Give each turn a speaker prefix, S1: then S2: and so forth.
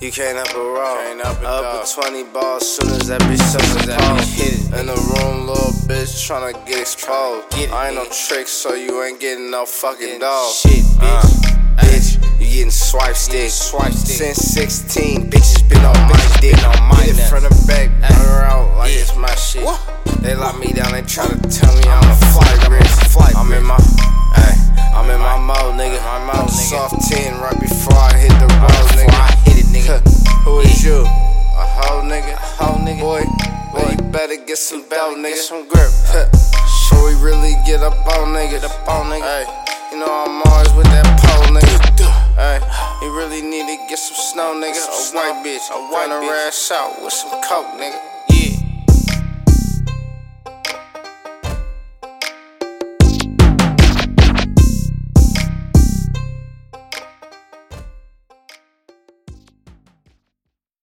S1: You came up a raw, up, up a 20 ball soon as that bitch sucks that bitch hit it. In the room, little bitch tryna get exposed. I ain't no trick, so you ain't getting no fucking dog.
S2: shit, bitch.
S1: Uh, bitch, you getting swipe stick.
S2: swipe stick.
S1: Since 16, bitches been on my dick.
S2: been on my
S1: Hit it
S2: nuts.
S1: from the back, bring her out like it's my shit.
S2: What?
S1: They lock me down, they try to tell me I'm, a
S2: a
S1: flight
S2: flight
S1: risk.
S2: risk. Flight
S1: I'm in my, ay, I'm in my mode, nigga.
S2: My mode, nigga.
S1: Soft 10 right before I hit the road,
S2: Before
S1: nigga.
S2: I hit it, nigga.
S1: Who is
S2: Yeah.
S1: you? A hoe nigga?
S2: hoe nigga.
S1: Boy, boy,
S2: Boy.
S1: you better get some belt, nigga.
S2: Get some grip.
S1: Huh. Should we really get up on nigga?
S2: Get up on, nigga.
S1: Ay, you know I'm always with that pole nigga. Ay, you really need to get some snow, nigga.
S2: Get some
S1: A white
S2: snow.
S1: bitch,
S2: A
S1: a
S2: white
S1: white her
S2: bitch.
S1: ass out with some coke, nigga.